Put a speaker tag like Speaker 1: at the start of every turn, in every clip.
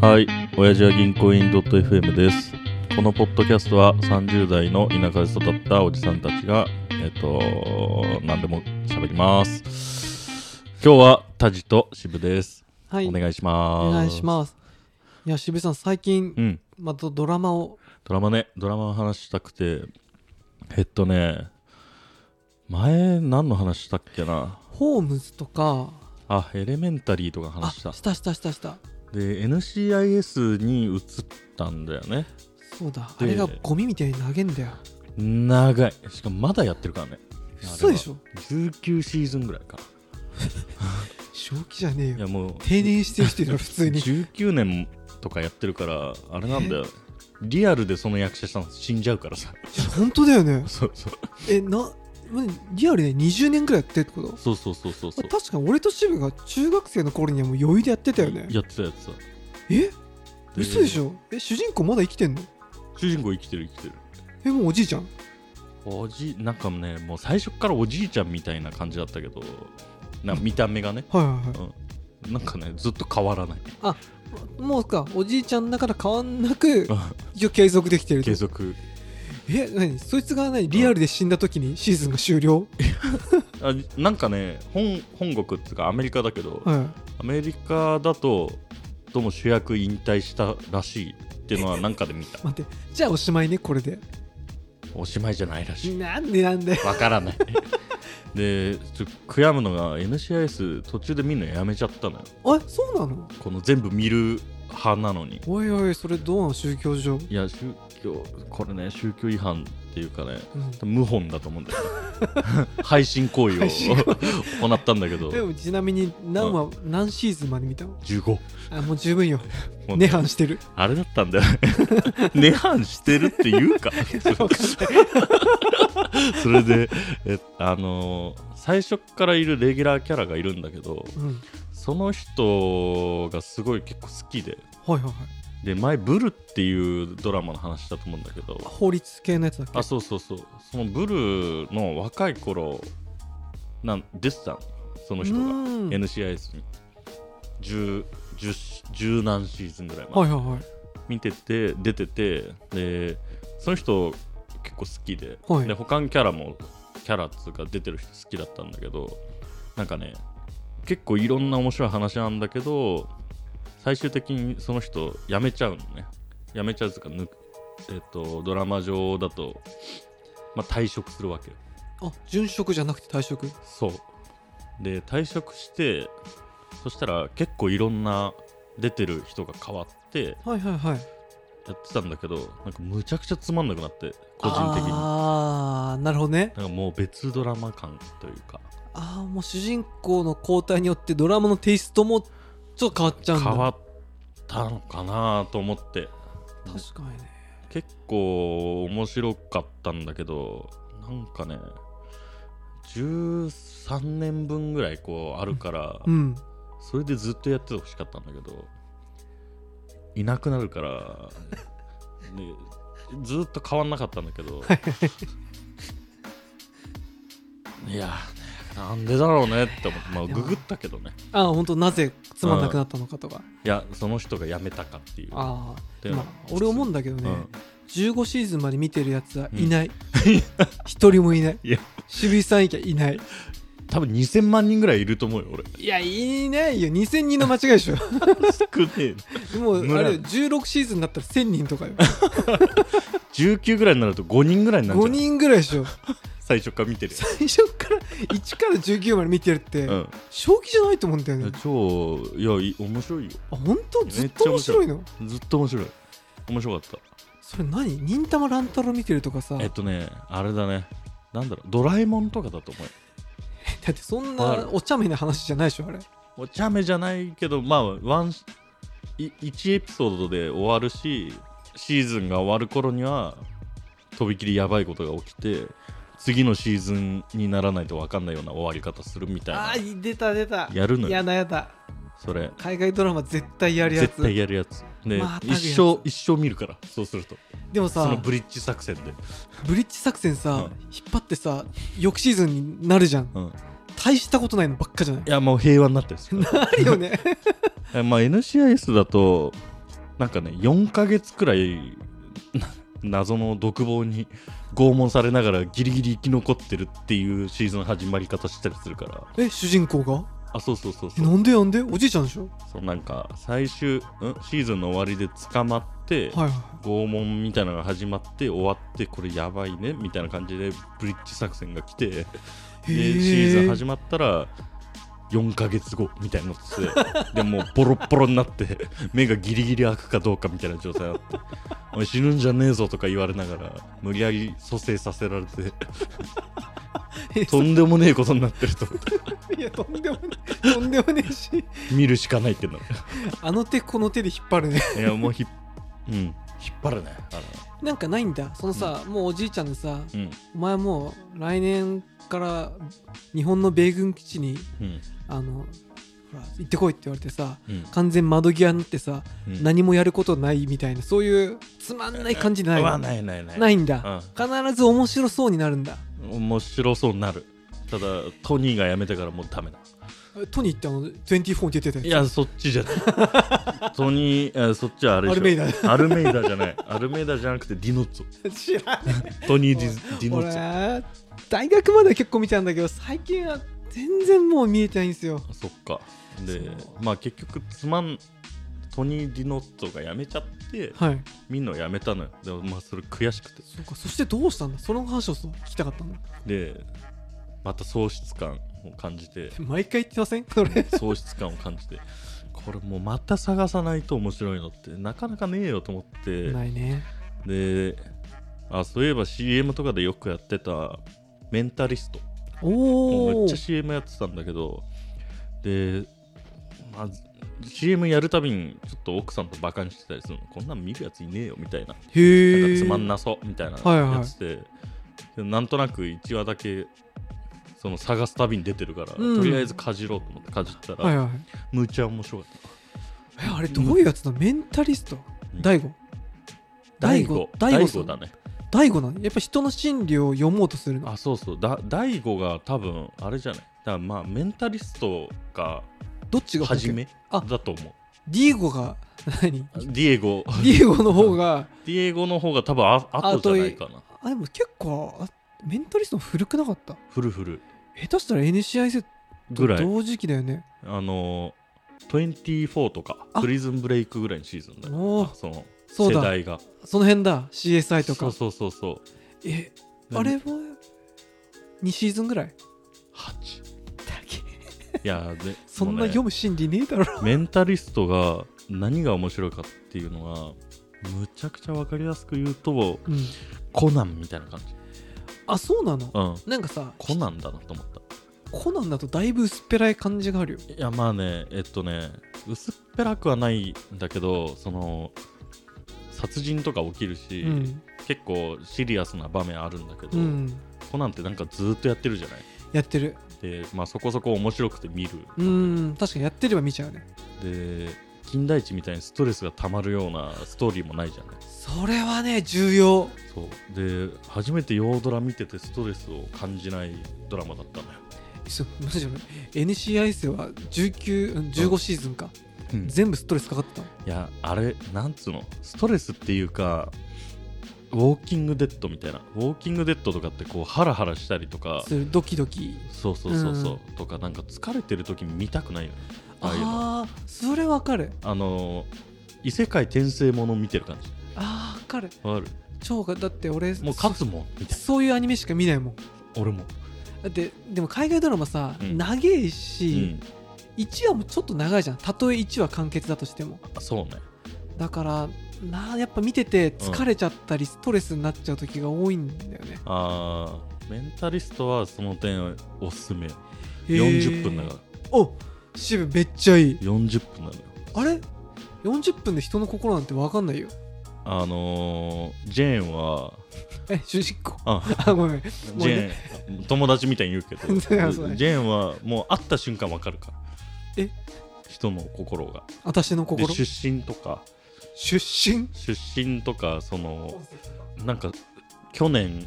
Speaker 1: はい、親父は銀行員 .fm です。このポッドキャストは30代の田舎で育ったおじさんたちが、えっと、何でも喋ります。今日はタジと渋です。
Speaker 2: はい、
Speaker 1: お
Speaker 2: お願
Speaker 1: 願いします。
Speaker 2: いします。いや、渋井さん、最近
Speaker 1: う、ん、
Speaker 2: またドラマを、
Speaker 1: ドラマね、ドラマの話したくて、えっとね、前何の話したっけな。
Speaker 2: ホームズとか、
Speaker 1: あ、エレメンタリーとか
Speaker 2: あ、
Speaker 1: 話した。
Speaker 2: したしたしたした。
Speaker 1: で、NCIS に移ったんだよね。
Speaker 2: そうだ、あ
Speaker 1: で
Speaker 2: れがゴミみたいに投げんだよ。
Speaker 1: 長い。しかもまだやってるからね。
Speaker 2: 嘘でしょ
Speaker 1: 19シーズンぐらいか
Speaker 2: 正気じゃねえ
Speaker 1: い
Speaker 2: よ。
Speaker 1: やもう
Speaker 2: 定年してる人いるの、普通に。
Speaker 1: 19年とかやってるからあれなんだよリアルでその役者したの死んじゃうからさ
Speaker 2: 本当だよね。
Speaker 1: そうそう
Speaker 2: え、な、リアルで20年ぐらいやってってこと
Speaker 1: そうそうそうそうそう
Speaker 2: 確かに俺と渋が中学生の頃にはもう余裕でやってたよね。
Speaker 1: やってたやつさ
Speaker 2: え嘘でしょえ、主人公まだ生きてんの
Speaker 1: 主人公生きてる生きてる
Speaker 2: え、もうおじいちゃん
Speaker 1: おじなんかねもう最初からおじいちゃんみたいな感じだったけどなんか見た目がね、
Speaker 2: はいはいはい。
Speaker 1: うん、なんかねずっと変わらない
Speaker 2: もうか、おじいちゃんだから変わんなく、一応継続できてると
Speaker 1: 継続
Speaker 2: え何そいつが何リアルで死んだ時にシーズンが終了、
Speaker 1: あなんかね本本国っていうかアメリカだけど、
Speaker 2: は
Speaker 1: アメリカだとどうも主役引退したらしいっていうのはなんかで見た
Speaker 2: い待ってじゃあおしまいねこれで
Speaker 1: おしまいじゃないらし
Speaker 2: なんでなんだよ
Speaker 1: い わからないでちょっと悔やむのが NCIS 途中で見るのやめちゃったのよ
Speaker 2: あそうなの
Speaker 1: この全部見る派なのに
Speaker 2: おいおいそれどうなの宗教上、
Speaker 1: いや宗教これね宗教違反っていうかね
Speaker 2: うん
Speaker 1: 無本だと思うんだよ、ね、 配信行為を
Speaker 2: 配信
Speaker 1: 行ったんだけど
Speaker 2: でもちなみに何話、何シーズンまで見たの
Speaker 1: 15
Speaker 2: あもう十分よ
Speaker 1: もう
Speaker 2: 涅槃 してる
Speaker 1: あれだったんだよね 涅槃してるって いうか
Speaker 2: わかんない
Speaker 1: それで、えあのー最初からいるレギュラーキャラがいるんだけど
Speaker 2: うん
Speaker 1: その人がすごい結構好きで
Speaker 2: はいはいはい
Speaker 1: で前「ブル」っていうドラマの話だと思うんだけど
Speaker 2: 法律系のやつだっけ
Speaker 1: あそうそうそうその「ブル」の若い頃なん出てたのその人
Speaker 2: う
Speaker 1: が
Speaker 2: ーん
Speaker 1: NCIS に10 10十何シーズンぐらいま
Speaker 2: は
Speaker 1: で
Speaker 2: いはいはい
Speaker 1: 見てて出ててでその人結構好きで,、
Speaker 2: はい
Speaker 1: で他のキャラもキャラっつうか出てる人好きだったんだけどなんかね結構いろんな面白い話なんだけど最終的にその人辞めちゃうのね辞めちゃうっつうかぬ、えっとドラマ上だと、まあ、退職するわけよ
Speaker 2: あ殉職じゃなくて退職
Speaker 1: そうで退職してそしたら結構いろんな出てる人が変わって
Speaker 2: はいはいはい
Speaker 1: やってたんだけどなんかむちゃくちゃつまんなくなって個人的にな
Speaker 2: ああなるほどね
Speaker 1: んかもう別ドラマ感というか
Speaker 2: ああもう主人公の交代によってドラマのテイストもちょっと変わっちゃうんだ
Speaker 1: 変わったのかなと思って
Speaker 2: 確かにね
Speaker 1: 結構面白かったんだけどなんかね13年分ぐらいこうあるから、
Speaker 2: うん
Speaker 1: それでずっとやっててほしかったんだけどいなくなるからでずっと変わんなかったんだけどいやなんでだろうねって思って、まあ、
Speaker 2: いや
Speaker 1: ググったけどね
Speaker 2: ああ本当なぜつまんなくなったのかとか、
Speaker 1: いやその人が辞めたかっていう
Speaker 2: ああ
Speaker 1: で
Speaker 2: まあ俺思うんだけど
Speaker 1: う
Speaker 2: ね、
Speaker 1: ん
Speaker 2: 15シーズンまで見てるやつはいない 一、人もいない
Speaker 1: いや
Speaker 2: 渋井さん以外いない
Speaker 1: 多分2000万人ぐらいいると思うよ俺
Speaker 2: いやいないよ2000人の間違い でしょ
Speaker 1: 少ねえな
Speaker 2: もう
Speaker 1: 村
Speaker 2: あれよ16シーズンになったら1000人とかよ
Speaker 1: 19ぐらいになると5人ぐらいになるんじゃ
Speaker 2: 5
Speaker 1: ない
Speaker 2: 人ぐらいでしょ
Speaker 1: 最初から見てるや
Speaker 2: 最初から1から19まで見てるって、
Speaker 1: つうん
Speaker 2: 正気じゃないと思うんだよ
Speaker 1: い
Speaker 2: ね
Speaker 1: や超いやい面白いよ
Speaker 2: あ本当ずっと面白いの
Speaker 1: ずっと面白い面白かった
Speaker 2: それ何忍たま乱太郎見てるとかさだ
Speaker 1: えっとね、あれだね。なんだろう、ドラえもんとかだと思うよ。
Speaker 2: ってそん
Speaker 1: わかる
Speaker 2: なお茶目な話じゃないでしょあれ
Speaker 1: お茶目じゃないけど、まあ、ワンシ、い1エピソードで終わるし、シーズンが終わる頃には、とびきりやばいことが起きて、次のシーズンにならないと分かんないような終わり方するみ
Speaker 2: あ
Speaker 1: たい
Speaker 2: ー出た出た
Speaker 1: やるのよ
Speaker 2: やだやだ
Speaker 1: な、それ、
Speaker 2: 海外ドラマ絶対やるや
Speaker 1: 絶
Speaker 2: つ
Speaker 1: 対やるやつ。で、
Speaker 2: またぐやつ
Speaker 1: 一生、一生見るから、そうすると、
Speaker 2: でも
Speaker 1: その
Speaker 2: さ
Speaker 1: ブリッジ作戦で。
Speaker 2: ブリッジ作戦さ、
Speaker 1: うん
Speaker 2: 引っ張ってさ翌シーズンになるじゃん
Speaker 1: うん、い
Speaker 2: 大したことないのばっかじゃない
Speaker 1: や、もう平和になってるんですよ。
Speaker 2: あるよね
Speaker 1: えまあ、NCIS だとなんかね4ヶ月くらいな謎の独房に拷問されながらギリギリ生き残ってるっていうシーズン始まり方したりするから
Speaker 2: え主人公が
Speaker 1: あそうそうそう
Speaker 2: え
Speaker 1: そう
Speaker 2: なんでなんでおじいちゃんでしょ
Speaker 1: そうなんか最終んシーズンの終わりで捕まって、
Speaker 2: はいはい
Speaker 1: 拷問みたいなのが始まって終わってこれやばいねみたいな感じでブリッジ作戦が来てでシーズン始まったら4ヶ月後みたいになって てでもうボロッボロになって目がギリギリ開くかどうかみたいな状態になって「おい死ぬんじゃねえぞ」とか言われながら無理やり蘇生させられて
Speaker 2: え
Speaker 1: とんでもねえことになってると思って
Speaker 2: いやとんでもねえとんでもねえし
Speaker 1: 見るし かないってなる
Speaker 2: あの手この手で引っ張る ね
Speaker 1: いやもうひっ、うん、引っ張るねあれ
Speaker 2: なんかないんだそのさ、もうおじいちゃんでさ
Speaker 1: うん
Speaker 2: お前もう来年から日本の米軍基地に
Speaker 1: うん
Speaker 2: あのほら行ってこいって言われてさ
Speaker 1: うん
Speaker 2: 完全窓際になってさ、
Speaker 1: うん
Speaker 2: 何もやることないみたいなそういうつまんない感じない
Speaker 1: ま
Speaker 2: の
Speaker 1: あないないない
Speaker 2: ないんだ、必ず面白そうになるんだ
Speaker 1: うん、面白そうになるただトニーが辞めてからもうダメだ
Speaker 2: トニーってあの24に出てたやつ
Speaker 1: いやそっちじゃない トニーあそっちはあれでしょ
Speaker 2: アルメイダ
Speaker 1: アルメイダじゃないアルメイダじゃなくてディノッツォ
Speaker 2: 知らね
Speaker 1: トニーディディノッツォ
Speaker 2: 俺大学までは結構見てたんだけど最近は全然もう見えてないんですよ
Speaker 1: そっかで
Speaker 2: そう
Speaker 1: まあ結局つまんトニー・ディノッツォが辞めちゃって
Speaker 2: はい
Speaker 1: みんな辞めたのよでもまあそれ悔しくて
Speaker 2: そうかそしてどうしたんだその話をそう聞きたかったんだ
Speaker 1: でまた喪失感を感じて
Speaker 2: 毎回言ってませんそれ
Speaker 1: 喪失感を感じてこれもうまた探さないと面白いのってなかなかねえよと思って
Speaker 2: ないね
Speaker 1: であそういえば CM とかでよくやってたメンタリスト
Speaker 2: お
Speaker 1: め
Speaker 2: お
Speaker 1: っちゃ CM やってたんだけどで、まあ、CM やるたびにちょっと奥さんとバカにしてたりするのこんなん見るやついねえよみたいななん
Speaker 2: へ
Speaker 1: か
Speaker 2: え
Speaker 1: つまんなそうみたいな
Speaker 2: はいはい
Speaker 1: やつで、でもなんとなく1話だけその探すたびに出てるから、
Speaker 2: うん
Speaker 1: とりあえずかじろうと思ってかじったら、
Speaker 2: はいはい
Speaker 1: むちゃ面白かった
Speaker 2: えあれどういうやつだメンタリスト
Speaker 1: うん
Speaker 2: 大悟大悟
Speaker 1: 大
Speaker 2: さ
Speaker 1: 悟
Speaker 2: ん
Speaker 1: だね
Speaker 2: 大悟なのやっぱ人の心理を読もうとするの
Speaker 1: あそうそうだ大悟が多分あれじゃないだからまあメンタリストが
Speaker 2: どっちが本
Speaker 1: 初
Speaker 2: 家
Speaker 1: め
Speaker 2: あ
Speaker 1: だと思う
Speaker 2: ディーゴが 何
Speaker 1: ディエゴ
Speaker 2: ディーゴの方が
Speaker 1: ディエゴの方が多分あ後じゃないかな
Speaker 2: あでも結構あメンタリスト古くなかった
Speaker 1: フルフル
Speaker 2: 下手したら NCI セッ
Speaker 1: ぐ
Speaker 2: ト
Speaker 1: らい
Speaker 2: 同時期だよね
Speaker 1: あのー24とか
Speaker 2: あ
Speaker 1: プリズンブレイクぐらいのシーズンだよ
Speaker 2: おー
Speaker 1: その
Speaker 2: そう
Speaker 1: 世
Speaker 2: だ
Speaker 1: 代が
Speaker 2: その辺だ CSI とか
Speaker 1: そうそうそう
Speaker 2: え
Speaker 1: そう
Speaker 2: あれは2シーズンぐらい
Speaker 1: 8い
Speaker 2: だけ
Speaker 1: やで
Speaker 2: そん
Speaker 1: も
Speaker 2: な
Speaker 1: うね
Speaker 2: 読む心理ねえだろ
Speaker 1: メンタリストが何が面白いかっていうのはむちゃくちゃ分かりやすく言うと
Speaker 2: うん
Speaker 1: コナンみたいな感じ
Speaker 2: あそうなの
Speaker 1: うん
Speaker 2: なんかさ
Speaker 1: コナンだなと思った
Speaker 2: コナンだとだいぶ薄っぺらい感じがあるよ
Speaker 1: いやまあねえっとね薄っぺらくはないんだけどその殺人とか起きるし、
Speaker 2: うん
Speaker 1: 結構シリアスな場面あるんだけど、
Speaker 2: うん
Speaker 1: コナンってなんかずーっとやってるじゃない
Speaker 2: やってる
Speaker 1: で、まあ、そこそこ面白くて見る
Speaker 2: うん確かにやってれば見ちゃうね
Speaker 1: で金田一みたいにストレスがたまるようなストーリーもないじゃない
Speaker 2: それはね重要
Speaker 1: そうで初めて洋ドラ見ててストレスを感じないドラマだったのよ、
Speaker 2: そうマジで NCI 生は19うん15シーズンか
Speaker 1: い
Speaker 2: 全部ストレスかかってたの
Speaker 1: やあれなんつうのストレスっていうかウォーキングデッドみたいなウォーキングデッドとかってこうハラハラしたりとか
Speaker 2: するドキドキ
Speaker 1: そうそうそうそう、とかなんか疲れてる時に見たくないよねああいうの
Speaker 2: ああそれわかる
Speaker 1: あの異世界転生もの見てる感じ
Speaker 2: ああわかる
Speaker 1: わかる
Speaker 2: 超がだって俺
Speaker 1: もう勝つもんみたい
Speaker 2: そういうアニメしか見ないも
Speaker 1: な
Speaker 2: ん
Speaker 1: 俺も、
Speaker 2: だってでも海外ドラマさ、
Speaker 1: うん
Speaker 2: 長いうし、
Speaker 1: ん、
Speaker 2: 1話もちょっと長いじゃんたとえ1話完結だとしても
Speaker 1: そうね
Speaker 2: だからなやっぱ見てて疲れちゃったりストレスになっちゃう時が多いんだよね、
Speaker 1: あーメンタリストはその点おすすめ
Speaker 2: へー
Speaker 1: 40分だから
Speaker 2: お渋めっちゃいい
Speaker 1: 40分なのよ
Speaker 2: あれ40分で人の心なんて分かんないよ
Speaker 1: あのージェーンは
Speaker 2: え主人公
Speaker 1: あ
Speaker 2: あごめんも
Speaker 1: ジ
Speaker 2: う
Speaker 1: ェ
Speaker 2: ね
Speaker 1: ーン、友達みたいに言うけど、ジ
Speaker 2: そう
Speaker 1: ェ
Speaker 2: やそうや
Speaker 1: ーンはもう会った瞬間わかるから。
Speaker 2: え
Speaker 1: 人の心が。
Speaker 2: 私の
Speaker 1: で
Speaker 2: 心
Speaker 1: 出身とか、
Speaker 2: 出身
Speaker 1: 出身とか、その、なんか、去年、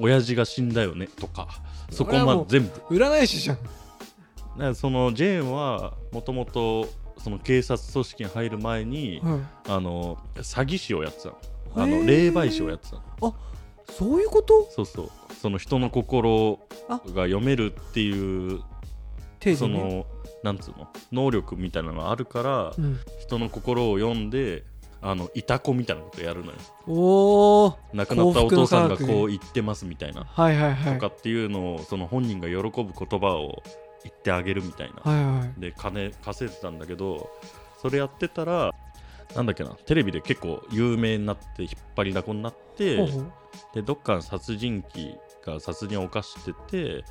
Speaker 1: 親父が死んだよねとか、そこ
Speaker 2: 俺は
Speaker 1: ま
Speaker 2: も
Speaker 1: で
Speaker 2: う
Speaker 1: 全部。だか
Speaker 2: 占い師じゃん
Speaker 1: らそのジェーンは、もともとその警察組織に入る前に、
Speaker 2: はい
Speaker 1: あの詐欺師をやってたのあ
Speaker 2: へ
Speaker 1: の
Speaker 2: ー
Speaker 1: 霊媒師をやってたの
Speaker 2: そういうこと
Speaker 1: そうそうその人の心が読めるっていう
Speaker 2: 定時
Speaker 1: そ
Speaker 2: にね
Speaker 1: のなんつうの能力みたいなのがあるから、
Speaker 2: うん、
Speaker 1: 人の心を読んであのいたこみたいなことやるのよ
Speaker 2: おお
Speaker 1: 亡くなったお父さんが
Speaker 2: 幸福の科学
Speaker 1: こう言ってますみたいな
Speaker 2: はいはいは
Speaker 1: と
Speaker 2: い
Speaker 1: かっていうのをその本人が喜ぶ言葉を言ってあげるみたいな、
Speaker 2: はいはい
Speaker 1: で金稼いでたんだけどそれやってたらなんだっけなテレビで結構有名になって引っ張りだこになって
Speaker 2: ほうほう
Speaker 1: でどっかの殺人鬼が殺人を犯してて、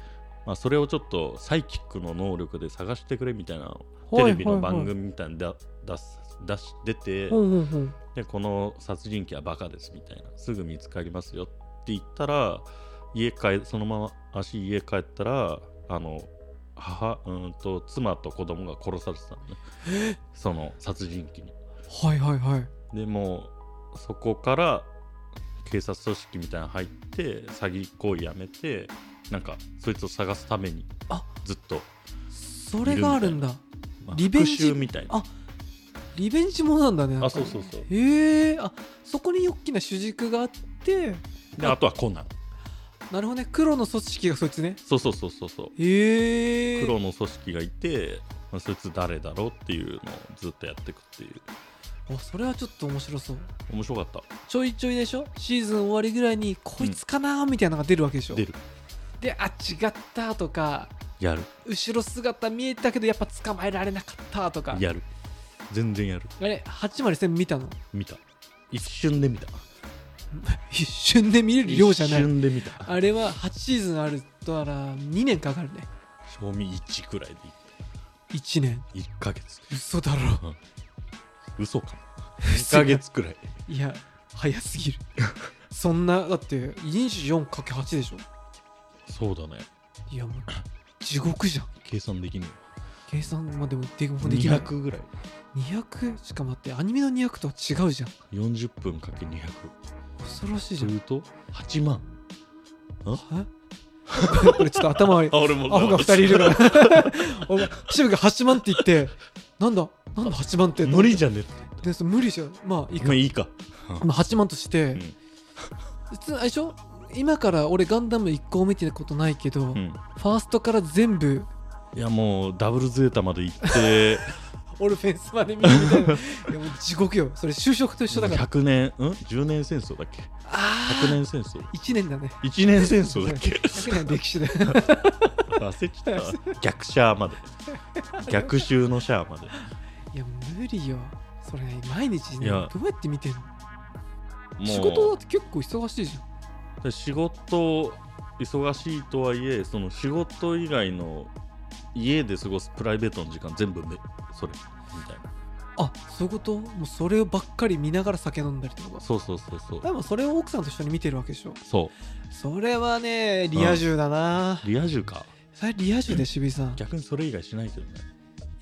Speaker 1: まあ、それをちょっとサイキックの能力で探してくれみたいなテレビの番組みたいにだ出す出し出て
Speaker 2: ほうほうほう
Speaker 1: でこの殺人鬼はバカですみたいなすぐ見つかりますよって言ったら家帰そのまま足家帰ったらあの母うーんと妻と子供が殺されてたのねその殺人鬼に
Speaker 2: はいはいはい
Speaker 1: でもうそこから警察組織みたいなの入って詐欺行為やめてなんかそいつを探すために
Speaker 2: あ
Speaker 1: ずっと、
Speaker 2: それがあるんだ
Speaker 1: まあ
Speaker 2: リベンジ
Speaker 1: 復讐みたいな
Speaker 2: あリベンジものなんだねなんか
Speaker 1: あそうそうそう
Speaker 2: へえあそこに大きな主軸があって
Speaker 1: であとはコナン
Speaker 2: なるほどね黒の組織がそいつね
Speaker 1: そうそうそうそうそう
Speaker 2: へえ
Speaker 1: 黒の組織がいて、まあ、そいつ誰だろうっていうのをずっとやっていくっていう
Speaker 2: あそれはちょっと面白そう
Speaker 1: 面白かった
Speaker 2: ちょいちょいでしょシーズン終わりぐらいにこいつかなーみたいなのが出るわけでしょ、
Speaker 1: 出る
Speaker 2: であ違ったとか
Speaker 1: やる
Speaker 2: 後ろ姿見えたけどやっぱ捕まえられなかったとか
Speaker 1: やる全然やる
Speaker 2: あれ803見たの
Speaker 1: 見た一瞬で見た
Speaker 2: 一瞬で見れる量じゃな
Speaker 1: 一
Speaker 2: い
Speaker 1: 瞬で見た
Speaker 2: あれは8シーズンあるとあら2年かかるね
Speaker 1: 賞味1くらいで
Speaker 2: 1年
Speaker 1: 1ヶ月
Speaker 2: 嘘だろ
Speaker 1: 嘘かな1
Speaker 2: 嘘
Speaker 1: ヶ月くらい
Speaker 2: いや早 すぎるそんなだって 24×8 でしょ
Speaker 1: そうだね
Speaker 2: いやもう地獄じゃん
Speaker 1: 計算できね
Speaker 2: 計算まあでもで
Speaker 1: え
Speaker 2: もできない
Speaker 1: 200ぐらい
Speaker 2: 200? しかも待ってアニメの200とは違うじゃん
Speaker 1: 40分かけ200
Speaker 2: 恐ろしいじ
Speaker 1: す
Speaker 2: ゃん
Speaker 1: ると8万
Speaker 2: え 俺ちょっ と頭悪い
Speaker 1: 俺も
Speaker 2: アホが2人いるから お前渋が8万って言ってなんだなんだ8万って
Speaker 1: 無理じゃね
Speaker 2: でそう無理じゃんまあいい
Speaker 1: え
Speaker 2: か、
Speaker 1: まあいいか
Speaker 2: まあ、8万として、
Speaker 1: うん
Speaker 2: 普通あれでしょ今から俺ガンダム1個も見てることないけど、
Speaker 1: う
Speaker 2: フ
Speaker 1: ん
Speaker 2: ァーストから全部
Speaker 1: いやもうダブルゼータまで行って
Speaker 2: オルフェンスまで見るみたいないやもう地獄よそれ就職と一緒だから
Speaker 1: 100年ん10年戦争だっけ
Speaker 2: あ
Speaker 1: 100年戦争
Speaker 2: あ1年だね
Speaker 1: 1年戦争だ っけ
Speaker 2: 100年歴史だ
Speaker 1: 焦っちゃったわ逆シャアまで逆襲のシャアまで
Speaker 2: いや無理よそれ、ね、毎日ね
Speaker 1: い
Speaker 2: どう
Speaker 1: や
Speaker 2: やって見てんの
Speaker 1: もう
Speaker 2: 仕事だって結構忙しいじゃん
Speaker 1: 仕事忙しいとはいえその仕事以外の家で過ごすプライベートの時間全部めそれみたいな
Speaker 2: あそういうこともうそれをばっかり見ながら酒飲んだりとか
Speaker 1: そうそうそうそう
Speaker 2: 多分それを奥さんと一緒に見てるわけでしょ
Speaker 1: そ
Speaker 2: それはねリア充だな、
Speaker 1: うリア充か
Speaker 2: それリア充で渋井さん
Speaker 1: 逆にそれ以外しないけどね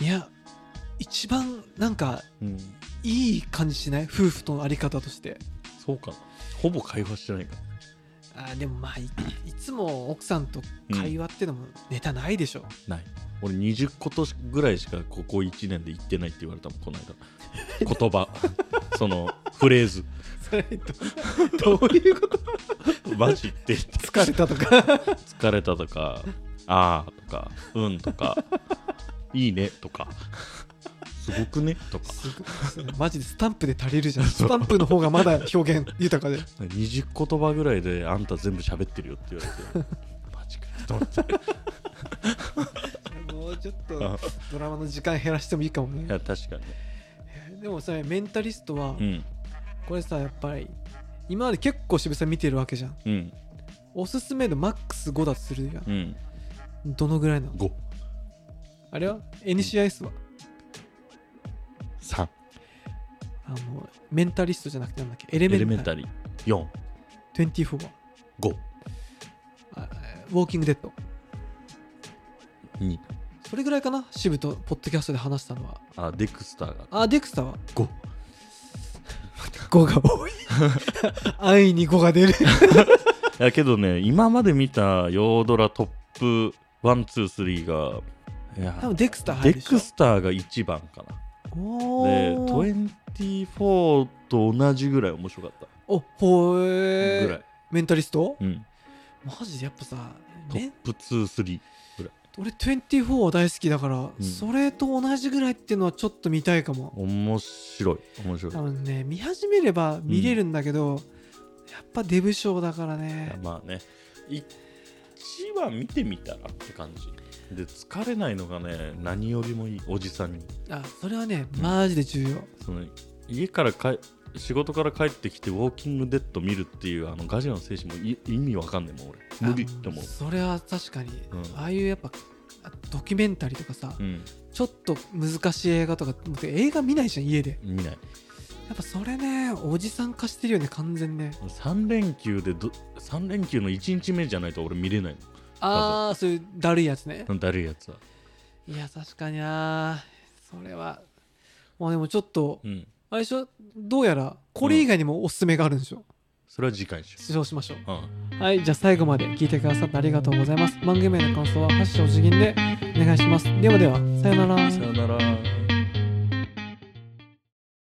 Speaker 2: いや一番なんか
Speaker 1: うん
Speaker 2: いい感じしない夫婦とのあり方として
Speaker 1: そうかなほぼ会話してないか
Speaker 2: あでもまあいいつも奥さんと会話ってのもネタないでしょ、
Speaker 1: らない俺20個としぐらいしかここ1年で言ってないって言われたもんこの 間言葉そのフレーズ
Speaker 2: それ どどういうこと
Speaker 1: マジって言って
Speaker 2: 疲れたとか
Speaker 1: 疲れたとか、あーとか、うんとか、いいねとか、すごくねとか、
Speaker 2: すご いマジでスタンプで足りるじゃんスタンプの方がまだ表現豊か で
Speaker 1: 20言葉ぐらいであんた全部喋ってるよって言われて、マジかよと思 って。
Speaker 2: もうちょっと
Speaker 1: あ
Speaker 2: ドラマの時間減らしてもいいかも
Speaker 1: い
Speaker 2: ね
Speaker 1: や、確かにね。
Speaker 2: でもさメンタリストは
Speaker 1: うん、
Speaker 2: これさやっぱり今まで結構渋さん見てるわけじゃん
Speaker 1: うん、
Speaker 2: おすすめのマックス5だとするやん
Speaker 1: うん、
Speaker 2: どのぐらいなの
Speaker 1: 5、
Speaker 2: あれは ?NCIS は
Speaker 1: 3、
Speaker 2: あのメンタリストじゃなくてなんだっけエレメ
Speaker 1: エ
Speaker 2: ン
Speaker 1: レ
Speaker 2: タル
Speaker 1: メンタリー、4、
Speaker 2: 24は
Speaker 1: 5、
Speaker 2: あウォーキングデッド
Speaker 1: 2、
Speaker 2: それぐらいかな渋とポッドキャストで話したのは
Speaker 1: あ、デクスターが
Speaker 2: あデクスターは
Speaker 1: 5。
Speaker 2: 5が 多い安易に5が出る
Speaker 1: いやけどね、今まで見たヨードラトップ1、2、3が、いや
Speaker 2: 多分デクスター入
Speaker 1: デ
Speaker 2: るでしょ
Speaker 1: クスターが1番かな。
Speaker 2: お
Speaker 1: で
Speaker 2: ー
Speaker 1: 24と同じぐらい面白かった
Speaker 2: おほ
Speaker 1: ぐら
Speaker 2: え
Speaker 1: い、
Speaker 2: メンタリスト
Speaker 1: うん、
Speaker 2: マジでやっぱさ
Speaker 1: ト
Speaker 2: メ
Speaker 1: ッ
Speaker 2: ン
Speaker 1: プ23
Speaker 2: 俺24は大好きだから、
Speaker 1: うん
Speaker 2: それと同じぐらいっていうのはちょっと見たいかも
Speaker 1: 面白い面白い
Speaker 2: 多分ね見始めれば見れるんだけど、やっぱデブ賞だから
Speaker 1: いや
Speaker 2: ね
Speaker 1: まあね1話見てみたらって感じで疲れないのがね何よりもいいおじさんに
Speaker 2: あそれはね
Speaker 1: うん
Speaker 2: マジで重要、
Speaker 1: その家からか仕事から帰ってきて「ウォーキングデッド」見るっていうあのガジラの精神もい意味わかんねえもん俺無理って思う
Speaker 2: あ、それは確かに、
Speaker 1: うん
Speaker 2: ああいうやっぱあドキュメンタリーとかさ、
Speaker 1: うん、
Speaker 2: ちょっと難しい映画とかもう映画見ないじゃん家で
Speaker 1: 見ない
Speaker 2: やっぱそれねおじさん化してるよね完全ね
Speaker 1: 3連休でど3連休の1日目じゃないと俺見れない
Speaker 2: ああそういうだるいやつね
Speaker 1: のだるいやつはい
Speaker 2: や確かになそれはまあでもちょっと、
Speaker 1: うん
Speaker 2: あれでしょどうやらこれ以外にもおすすめがあるんでしょ、
Speaker 1: それは次回にしよ
Speaker 2: そうしましょう
Speaker 1: う、うん
Speaker 2: はい、じゃあ最後まで聞いてくださってありがとうございます。番組への感想は、ハッシュお辞儀でお願いします。ではでは、さようなら
Speaker 1: さよなら